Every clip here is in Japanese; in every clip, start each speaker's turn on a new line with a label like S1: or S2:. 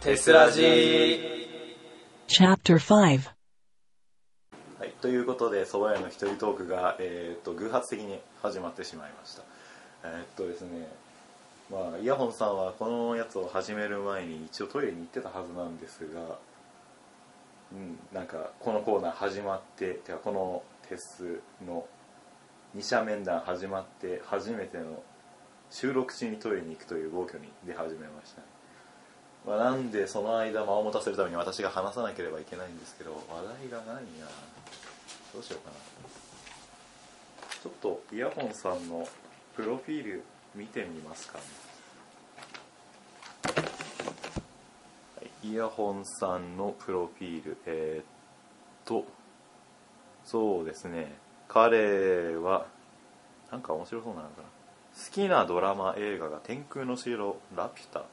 S1: テスラジー
S2: Chapter 5
S1: はい、ということで蕎麦屋の一人トークが、えーっと偶発的に始まってしまいましたえーっとですねまあイヤホンさんはこのやつを始める前に一応トイレに行ってたはずなんですがうんなんかこのコーナー始まっててかこのテスの二者面談始まって初めての収録中にトイレに行くという暴挙に出始めましたねまあ、なんでその間間を持たせるために私が話さなければいけないんですけど話題がないなどうしようかなちょっとイヤホンさんのプロフィール見てみますかね、はい、イヤホンさんのプロフィールえーっとそうですね彼はなんか面白そうなのかな好きなドラマ映画が「天空の城ラピュタ」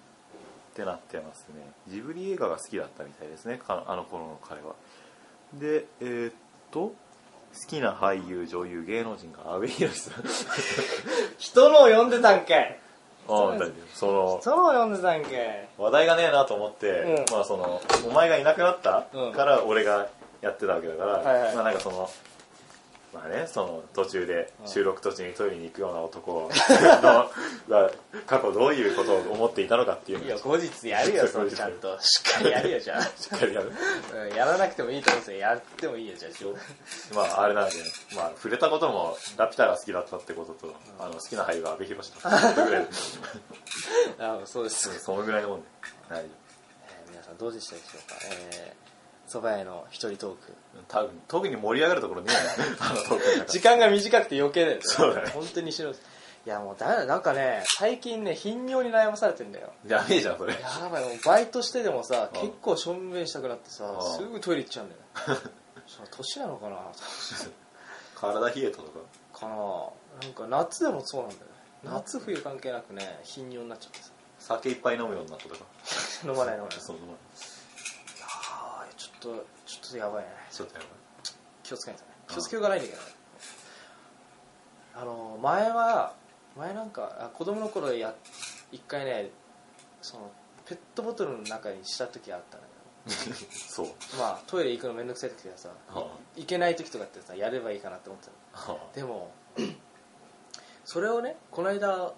S1: ってなってますねジブリ映画が好きだったみたいですねかあの頃の彼はでえーっと好きな俳優女優芸能人が阿部寛さん
S3: 人のを読んでたんかい
S1: ああ大丈夫その
S3: 人のを読んでたんかい
S1: 話題がねえなと思って、
S3: うん
S1: まあそのお前がいなくなった
S3: うん
S1: から俺がやってたわけだから、
S3: はいはい
S1: まあなんかそのまあねその途中で収録途中にトイレに行くような男の が過去どういうことを思っていたのかっていう
S3: い
S1: の
S3: や
S1: を
S3: 後日やるよそれちゃんとしっかりやるよじゃ
S1: しっかりやる
S3: あ、うん、やらなくてもいいと思うんですよやってもいいよじゃあ
S1: まああれなんで、まあ触れたこともラピュタが好きだったってことと、あの好きな俳優が阿部寛だったってことぐらいで
S3: あそうです
S1: そ、そのぐらいのもんで、大丈
S3: えー皆さんどうでしたでしょうかえー、蕎麦屋の一人トーク
S1: 夫。多分特に盛り上がるところねえな、あのトークの中
S3: 時間が短くて余計だよね
S1: そうだね
S3: 本当にしろいやもうダメだなんかね最近ね頻尿に悩まされてんだよ
S1: やべえじゃん、それ。
S3: やばいもうバイトしてでもさ
S1: うん
S3: 結構しょんべんしたくなってさ
S1: うん
S3: すぐトイレ行っちゃうんだ よねそう年なのかな
S1: 体冷えたとか。
S3: かななんか夏でもそうなんだよね夏冬関係なくね頻尿になっちゃってさ
S1: 酒いっぱい飲むようになったとか。
S3: 飲まない飲まない
S1: そう、飲まない。
S3: ああちょっとちょっとやばいね
S1: ちょっとやばい。
S3: 気をつけないとね
S1: うん
S3: 気をつけようがないんだけどねあの前は前なんかあ子供の頃や一回ねそのペットボトルの中にした時があったのよ
S1: そう。
S3: まあトイレ行くのめんどくさい時とかさ
S1: う
S3: い行けない時とかってさやればいいかなって思ってたのでもそれをねこの間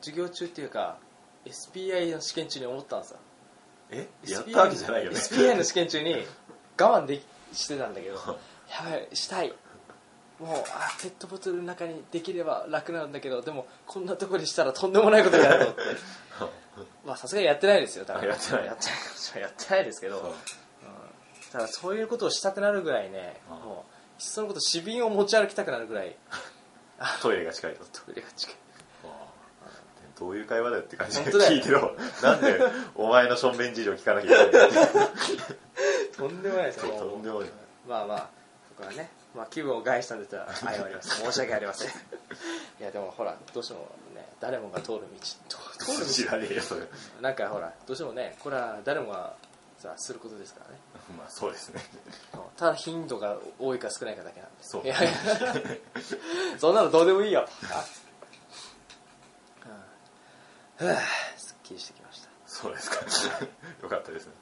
S3: 授業中っていうか SPI の試験中に思ったんさ
S1: え
S3: SPI
S1: やったわけじゃないよね。
S3: SPI の試験中に我慢できしてたん だけどやばいしたいもうあペットボトルの中にできれば楽なんだけどでもこんなとこでしたらとんでもないことになる と思ってまあさすがにやってないですよだから
S1: やってない
S3: やってないやってないですけど、
S1: そう
S3: ただそういうことをしたくなるぐらいね、
S1: うん
S3: もういっそのこと紙瓶を持ち歩きたくなるぐら い
S1: トイレが近いと。
S3: トイレが近い
S1: あーどういう会話だよって感じで
S3: 本当だよ
S1: 聞いてるわなんでお前のしょんべん事情聞かなきゃいけないんだよって
S3: とんでもないです
S1: とんでもない
S3: まあまあそこはね、まあ、気分を害したんだったら謝ります申し訳ありません いやでもほらどうしてもね誰もが通る道と通る
S1: 知らねえよそれ
S3: 道なんかほらどうしてもねこれは誰もがさすることですからね
S1: まあそうですね
S3: ただ頻度が多いか少ないかだけなんで
S1: そう
S3: いやい やそんなのどうでもいいよ、うんはあ、すっきりしてきました
S1: そうですかよかったですね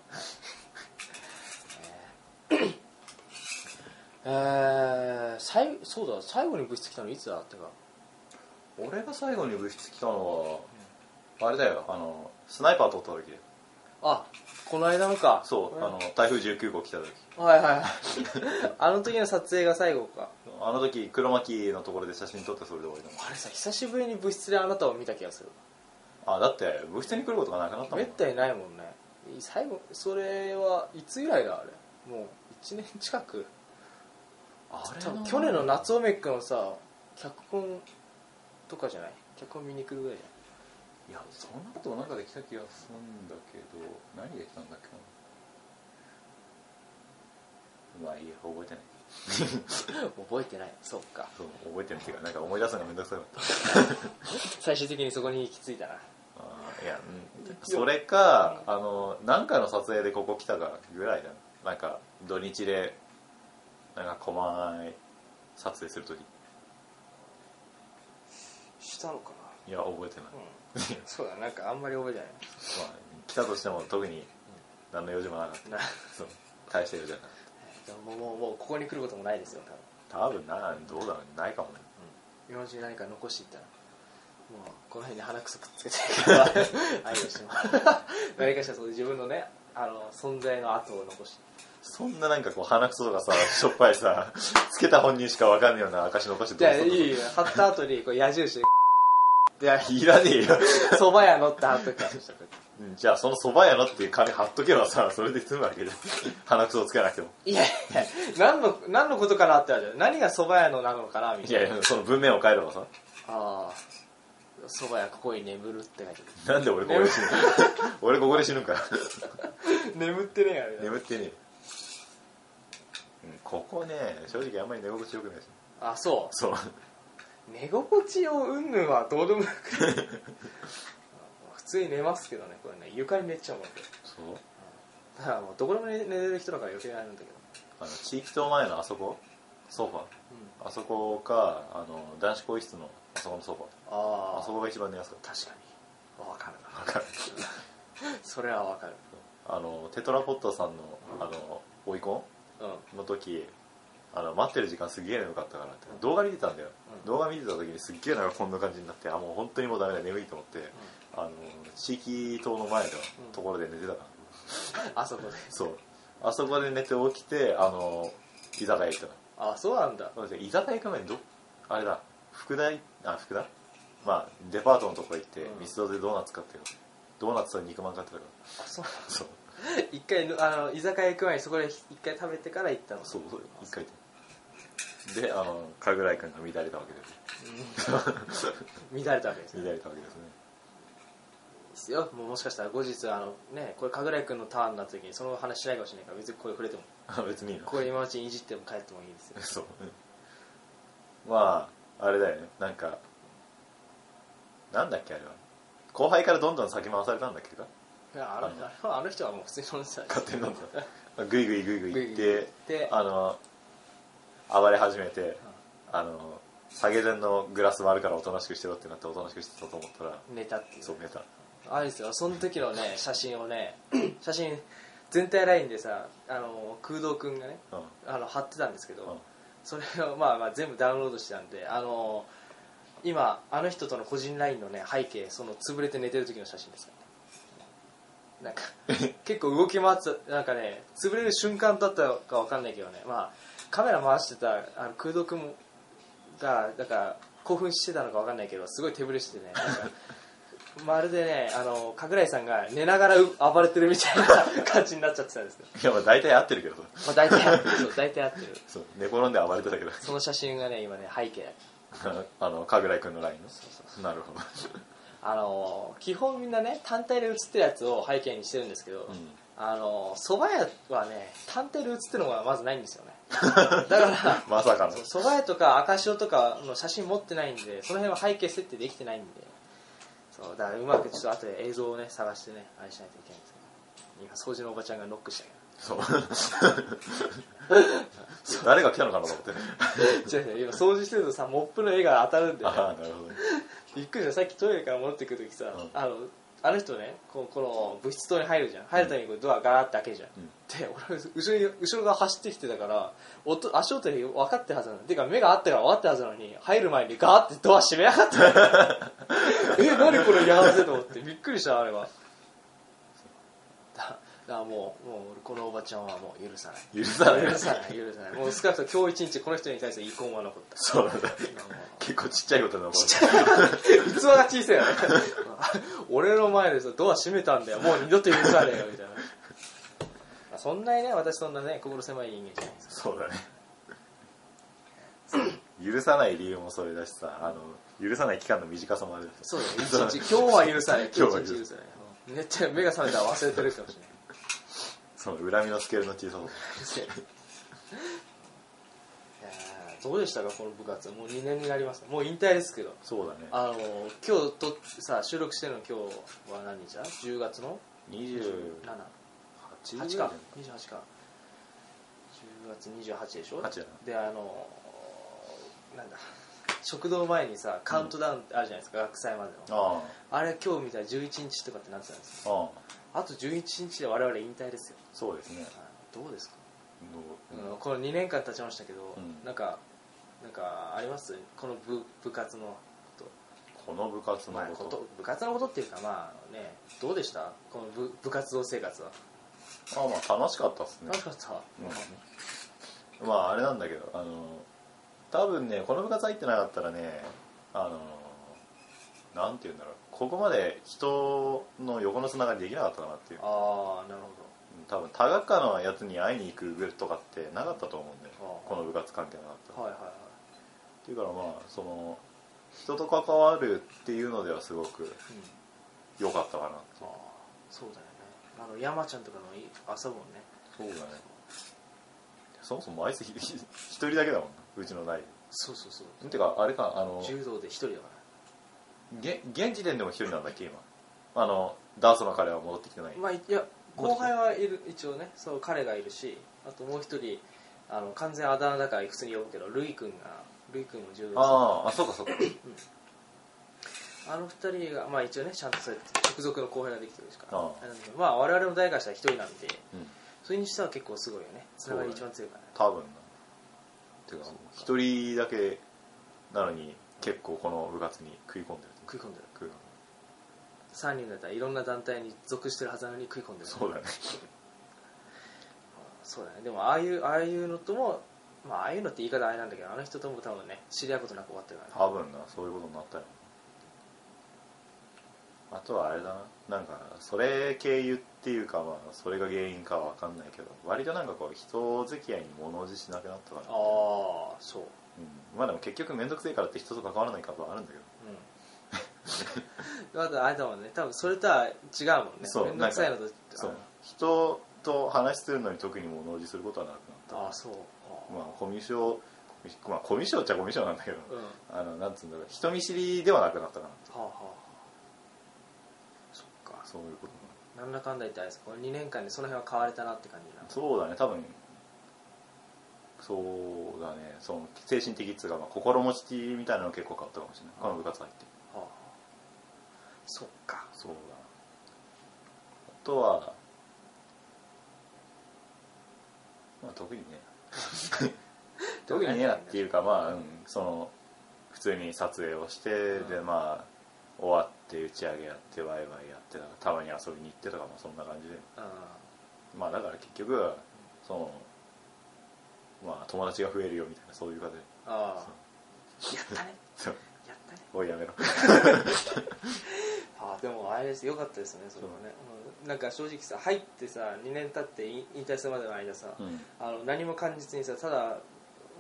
S3: えー、最そうだ最後に部室来たのいつだってか
S1: 俺が最後に部室来たのはあれだよあのスナイパー撮った時
S3: あこの間のか
S1: そうあ
S3: ん
S1: の台風19号来た時
S3: はいはいあの時の撮影が最後か
S1: あの時黒巻のところで写真撮ってそれで終わりだも
S3: あれさ久しぶりに部室であなたを見た気がする
S1: んあだって部室に来ることがなくなったも
S3: め
S1: ん
S3: ったにないもんね最後それはいつ以来だあれもう1年近く
S1: あ
S3: 多分
S1: な
S3: 去年の夏オメックのさ脚本とかじゃない脚本見に来るぐらいじ
S1: いやそんなことなんかできた気がするんだけど何できたんだっけなまあいいや覚えて
S3: ゃ
S1: ない
S3: ない覚えてないそっか
S1: そう覚えてないっていうかなんか思い出すのがめんどくさかった
S3: 最終的にそこに行き着いたな
S1: あーいや、うん、それかあのなんかの撮影でここ来たかぐらいだななんか土日でなんか狛江撮影するとき
S3: したのか
S1: いや覚えてない、
S3: な
S1: ま
S3: うんそうだなんかあんまり覚えてない
S1: あ、来たとしても特に何の用事もなかった
S3: な
S1: そう大した用事じゃなかっ
S3: でももうもうここに来ることもないですよ多分
S1: た多分などうだろうないかもね
S3: 今のうちに何か残していったらもうこの辺に鼻くそくっつけてから愛をしてもらう何かしらそう自分のねあの存在の跡を残して
S1: そんななんかこう鼻くそとかさしょっぱいさつけた本人しかわかんねえような証残して
S3: じ
S1: ど
S3: ゃ
S1: う
S3: あ
S1: す
S3: い
S1: んの
S3: いよ貼った後にこう矢印
S1: いやいらねえよ
S3: 蕎麦屋のって貼っとくから
S1: うんじゃあそのそば屋のっていう紙貼っとけばさそれで済むわけで鼻くそをつけなくても
S3: いやいや何の何のことかなってあるじゃん何が蕎麦屋のなのかなみ
S1: い
S3: たい
S1: や
S3: ない
S1: やその文面を変えればさ
S3: ああ蕎麦屋ここに眠るって書いて
S1: なんで俺ここで死 ぬ俺ここで死ぬんか
S3: ある眠ってねえやろ
S1: 眠ってねえようんここね正直あんまり寝心地よくないし
S3: あそう
S1: そう
S3: 寝心地をうんぬんはどうでもよく て普通に寝ますけどねこれね床に寝ちゃうもんね
S1: そう
S3: だからもうどこでも寝寝れる人だから余計あれなんだけど
S1: あの地域棟前のあそこソファあそこかあの男子更衣室のあそこのソファ
S3: あ
S1: あそこが一番寝やすかった
S3: 確かにわかる
S1: わかる
S3: なそれはわかる
S1: あのテトラポットさんのあの追い込
S3: うん
S1: んの時あの待ってる時間すげえ眠かったからって動画見てたんだよ、
S3: うん
S1: 動画見てた時にすっげえなんかこんな感じになってあもう本当にもうダメだ眠いと思って、あの地域棟の前のところで寝てたから、
S3: あそこで
S1: そうあそこで寝て起きてあの居酒屋行ったの
S3: あそうなんだ
S1: そうですね居酒屋行く前にどあれだ福田いあ福田まあデパートのとこ行って、
S3: うん
S1: ミスドでドーナツ買ってよドーナツと肉まん買ってたか
S3: あそう
S1: ら そう
S3: 一回ぬあの居酒屋行く前にそこで一回食べてから行ったの
S1: そうそう一回でであの神楽井君が乱れたわけで
S3: うん 乱れたわけです
S1: す
S3: ね
S1: 乱れたわけですね
S3: ですよもうもしかしたら後日あのねこれ神楽君のターンになった時にその話しないかもしれないから別にこれ触れても
S1: あ別にいいの
S3: これ今のうちにいじっても帰ってもいいですよ
S1: そううんまああれだよねなんかなんだっけあれは後輩からどんどん先回されたんだっけか
S3: いやあのあのあの人はもう普通に飲んでたんです
S1: 勝手に飲んだグイグイグイグイ行っ
S3: グイグイ行
S1: て
S3: って
S1: あの暴れ始めてあの下げ膳のグラス割るからおとなしくしてろってなっておとなしくしてたと思ったら
S3: 寝たっていう
S1: そう寝た
S3: あれですよその時のね写真をね写真全体ラインでさあの空洞くんがね
S1: うん
S3: あの貼ってたんですけど、
S1: うん
S3: それを、まあ、まあ全部ダウンロードしてたんであの今あの人との個人ラインのね背景その潰れて寝てる時の写真ですからね なんか結構動き回ってたなんかね潰れる瞬間だったかわかんないけどねまあカメラ回してたあの空洞君がだから興奮してたのかわかんないけどすごい手ぶれしてねなん かまるでねあの神楽井さんが寝ながらう暴れてるみたいな感じになっちゃってたんですけど、
S1: いやまあ大体合ってるけど
S3: まあ、大体合ってるそう大体合ってる
S1: そう寝転んで暴れてたけど
S3: その写真がね今ね背景だ
S1: あの神楽井君のラインのなるほど
S3: あのー基本みんなね単体で写ってるやつを背景にしてるんですけど、
S1: ん
S3: あのー蕎麦屋はね単体で写ってるのがまずないんですよねだから
S1: まさかの
S3: そう蕎麦屋とか赤潮とかの写真持ってないんでその辺は背景設定できてないんでそうだからうまくちょっと後で映像をね探してねあれしないといけないんですけど今掃除のおばちゃんがノックしたけど
S1: そう誰が来たのかなと思って
S3: 違う違う今掃除してるとさモップの絵が当たるんで、ね、
S1: ああなるほど
S3: びっくりしたさっきトイレから戻ってくる時さ、
S1: うん
S3: あのあの人ねこうこの部室棟に入るじゃん入るためにこうドアガーって開けるじゃん、
S1: うん
S3: で俺後ろに後ろが走ってきてたから音足音に分かってるはずなのてか目があったから分かってるはずなのに入る前にガーってドア閉めやがった え何これやらせと思ってびっくりしたあれはだだからもうもう俺このおばちゃんはもう許 さない
S1: 許さない
S3: 許さない許さないもう少なくとも今日一日この人に対する遺恨は残った
S1: そうなんだ
S3: 今もう
S1: 結構ちっちゃいことなのこ
S3: 器が小さいよね俺の前でさドア閉めたんだよもう二度と許さねえよみたいなま あそんなにね私そんなね心狭い人間じゃないです
S1: そうだね許さない理由もそれだしさあの許さない期間の短さもある
S3: そうだよ一日今日は許さない
S1: 今
S3: 今
S1: 日
S3: 日は
S1: は許さない
S3: 許さないうん寝て目が覚めたら忘れてるかもしれない
S1: その恨みのスケールの小ささ
S3: いやーどうでしたかこの部活もう2年になりますもう引退ですけど
S1: そうだね
S3: あのー今日とさ収録してるの今日は何日だ10月の
S1: 28
S3: 7
S1: ぐ
S3: 8
S1: らい
S3: か28か10月28でしょ
S1: 8だ
S3: であのなんだ食堂前にさカウントダウンあるじゃないですか、学祭までの
S1: あ
S3: あれ今日見たら11日とかってなってたんですよ
S1: あああ
S3: あと11日で我々引退ですよ、
S1: そうですね
S3: どうですか、
S1: どう
S3: うんこの2年間経ちましたけど、
S1: うん
S3: なんかなんかありますこの部部活のこと
S1: この部活の
S3: まあ、こ
S1: ことと
S3: 部活のことっていうかまあねどうでしたこの部部活動生活は
S1: まあまあ楽しかったですね
S3: 楽しかった、
S1: まああれなんだけどあの多分ねこの部活入ってなかったらねあのなんて言うんだろうここまで人の横のつながりできなかったなっていう
S3: ああなるほ
S1: 多分多学科のやつに会いに行くぐらいとかってなかったと思うんだよ
S3: ああ
S1: この部活関係なかったら
S3: どはいはい
S1: っていうからまあその人と関わるっていうのではすごく
S3: はい、うん、
S1: 良かったかな
S3: ああそうだよねあの山ちゃんとかのい遊ぶもんね
S1: そうだねそもそもあいつひ一人だけだもんなうちの代
S3: そうそうそう
S1: てかあれかあの
S3: 柔道で一人だから
S1: げ現時点でも一人なんだっけ今あのダースの彼は戻ってきてない
S3: まあ、いや後輩はいる一応ねそう彼がいるしあともう一人あの完全あだ名だから普通に呼ぶけどルイ君がルイ君も柔道
S1: あああそうか そうか
S3: するあの二人がまあ一応ねちゃんとそうやって直属の後輩ができてるしか
S1: ああ
S3: あれなんだけどまあ我々の代からしたら一人なんで
S1: うん
S3: それにしては結構すごいよねつながり一番強いからね
S1: 多分なてか一人だけなのに結構この部活に食い込んでる
S3: 食い込んでる
S1: 食い込んでる
S3: 3人だったらいろんな団体に属してるはずなのに食い込んでる
S1: そうだね
S3: そうだねでもああいうああいうのともまあああいうのって言い方あれなんだけどあの人とも多分ね知り合うことなく終わってるからね
S1: 多分なそういうことになったよあとはあれだななんかそれ経由っていうかまあそれが原因かは分かんないけど割となんかこう人付き合いに物おじしなくなったから、
S3: ああそう
S1: うん、まあでも結局面倒くせえからって人と関わらないかはあるんだけ
S3: う
S1: ど
S3: ん あとあれだもんね多分それとは違うもんね
S1: そう
S3: 面倒くさいのと
S1: そう人と話するのに特に物おじすることはなく
S3: あ
S1: なった
S3: あそう
S1: まあコミュ障まあコミュ障っちゃコミュ障なんだけど
S3: うんは
S1: あのなんつうんだろう人見知りではなくなったかな
S3: あはあそっか
S1: そういうことな
S3: なんだかんだ言ってあれですこの2年間でその辺は変われたなって感じだな
S1: そうだね多分そうだねその精神的っつうか、まあ、心持ちみたいなの結構変わったかもしれないこの部活入って
S3: はあそっか
S1: そうだなあとはまあ特にね 特にねえなっていうかまあ、うん、その普通に撮影をして、
S3: うん
S1: でまあ終わって打ち上げやってワイワイやってたまに遊びに行ってとか、まあ、そんな感じで
S3: うん
S1: まあだから結局そのまあ友達が増えるよみたいなそういう感じで
S3: ああやったね
S1: そう
S3: やったね
S1: おいやめろ
S3: あーでもあれですよかったですねそれはね、うんなんか正直さ入ってさ2年経って引引退するまでの間さ、
S1: うん
S3: あの何も感じずにさただ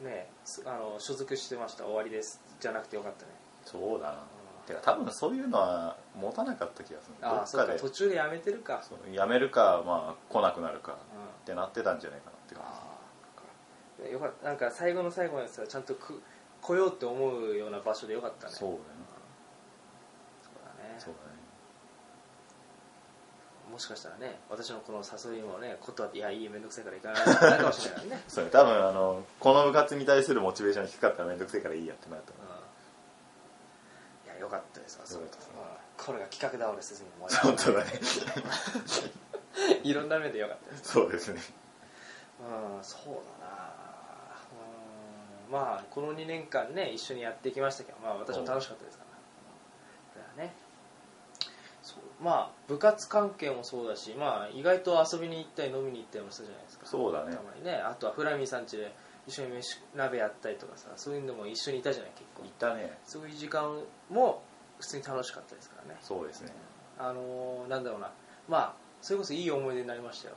S3: ねすあの所属してました終わりですじゃなくてよかったね
S1: そうだなてか多分そういうのは持たなかった気がする
S3: ああ
S1: ど
S3: そ
S1: っ
S3: うか
S1: かで
S3: 途中でやめてるか
S1: そうやめるかまあ来なくなるか
S3: うん
S1: ってなってたんじゃないかなって感
S3: ああよかったなんか最後の最後にさちゃんとく来ようって思うような場所でよかったね
S1: じそうだね
S3: そうだね
S1: そう
S3: もしかしたらね私のこの誘いもね断っていやいい面倒くさいから行かないないかもしれないからね
S1: だねそう多分あのこの部活に対するモチベーション低かったら面倒くせえからいいやってなった
S3: うんいやよかったですわそういうと
S1: よかっ
S3: これが企画倒れせずに終わ
S1: 本当だね
S3: り いろんな面でよかったです
S1: そうですね
S3: うんそうだなうんまあこの2年間ね一緒にやってきましたけどまあ私も楽しかったですからだからねそうまあ部活関係もそうだしまあ意外と遊びに行ったり飲みに行ったりもしたじゃないですか
S1: そうだね
S3: たまにねあとはフラミーさん家で一緒に飯鍋やったりとかさそういうのも一緒にいたじゃない結構
S1: 行ったね
S3: そういう時間も普通に楽しかったですからね
S1: そうですね
S3: あのーなんだろうなまあそれこそいい思い出になりましたよ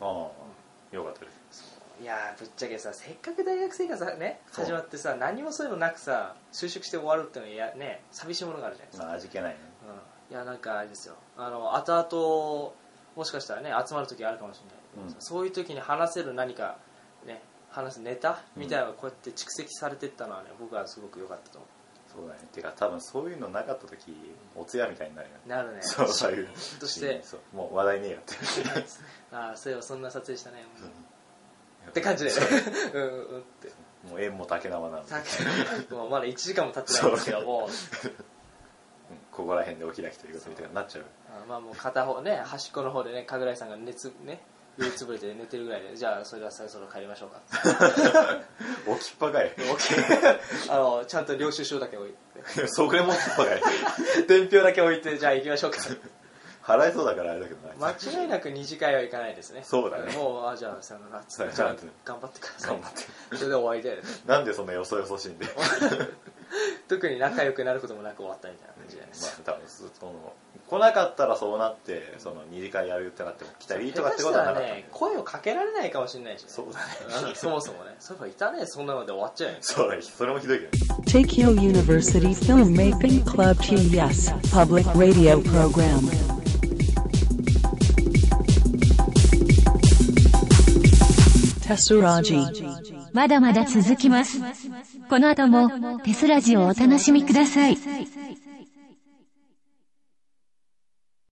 S1: ああよかったです
S3: いやーぶっちゃけさせっかく大学生活ね
S1: そう
S3: 始まってさ何もそういうのなくさ就職して終わるってのはいやね寂しいものがあるじゃないですか、
S1: まあ味気ないね
S3: うん、いやなんかあれですよあの後々もしかしたらね集まる時あるかもしれないけどさ、
S1: うん
S3: そういう時に話せる何かね話すネタみたいなのがこうやって蓄積されてったのはね、僕はすごく良かったと思
S1: そうだねてか多分そういうのなかった時お通夜みたいになるよね
S3: うな るね
S1: そうそういう
S3: として
S1: そうもう話題ねえよって
S3: ああそういえばそんな撮影したね、うん
S1: っ
S3: って感じで
S1: そう
S3: うんうんって
S1: もう縁も竹縄なので
S3: さっきもうまだ1時間も経ってないんですけども、
S1: ここら辺でお開きということみたいになっちゃう
S3: あまあもう片方ね端っこの方でね神楽井さんが寝つね上つぶれて寝てるぐらいでじゃあそれではそろそろ帰りましょうか
S1: 置きっぱかい
S3: あのちゃんと領収書だけ置い
S1: それも置きっぱかい
S3: て伝票だけ置いてじゃあ行きましょうか
S1: 払えそうだからあれだけどな、
S3: 間違いなく二次会は行かないですね
S1: そうだね
S3: もうあじゃあさよなら
S1: さよなら
S3: じゃあ頑張ってください
S1: 頑張って
S3: それで終わりで
S1: なんでそんなよそよそしいんで ま
S3: 特に仲良くなることもなく終わったみたいな感じじゃないですか
S1: あ多分その来なかったらそうなってその二次会やるってなっても来たりとかってことはなか
S3: 下
S1: っ
S3: 手しら
S1: たんだ
S3: ね声をかけられないかもしれないしね
S1: そうだ
S3: う
S1: ね
S3: んそもそもねそういえばいたねそんなので終わっちゃうよね
S1: そうだねそれもひどいけどね
S2: Tokyo University Filmmaking Club TES Public Radio Program. Tesuraji.
S4: まだまだ続きます。この後もテスラジをお楽しみください。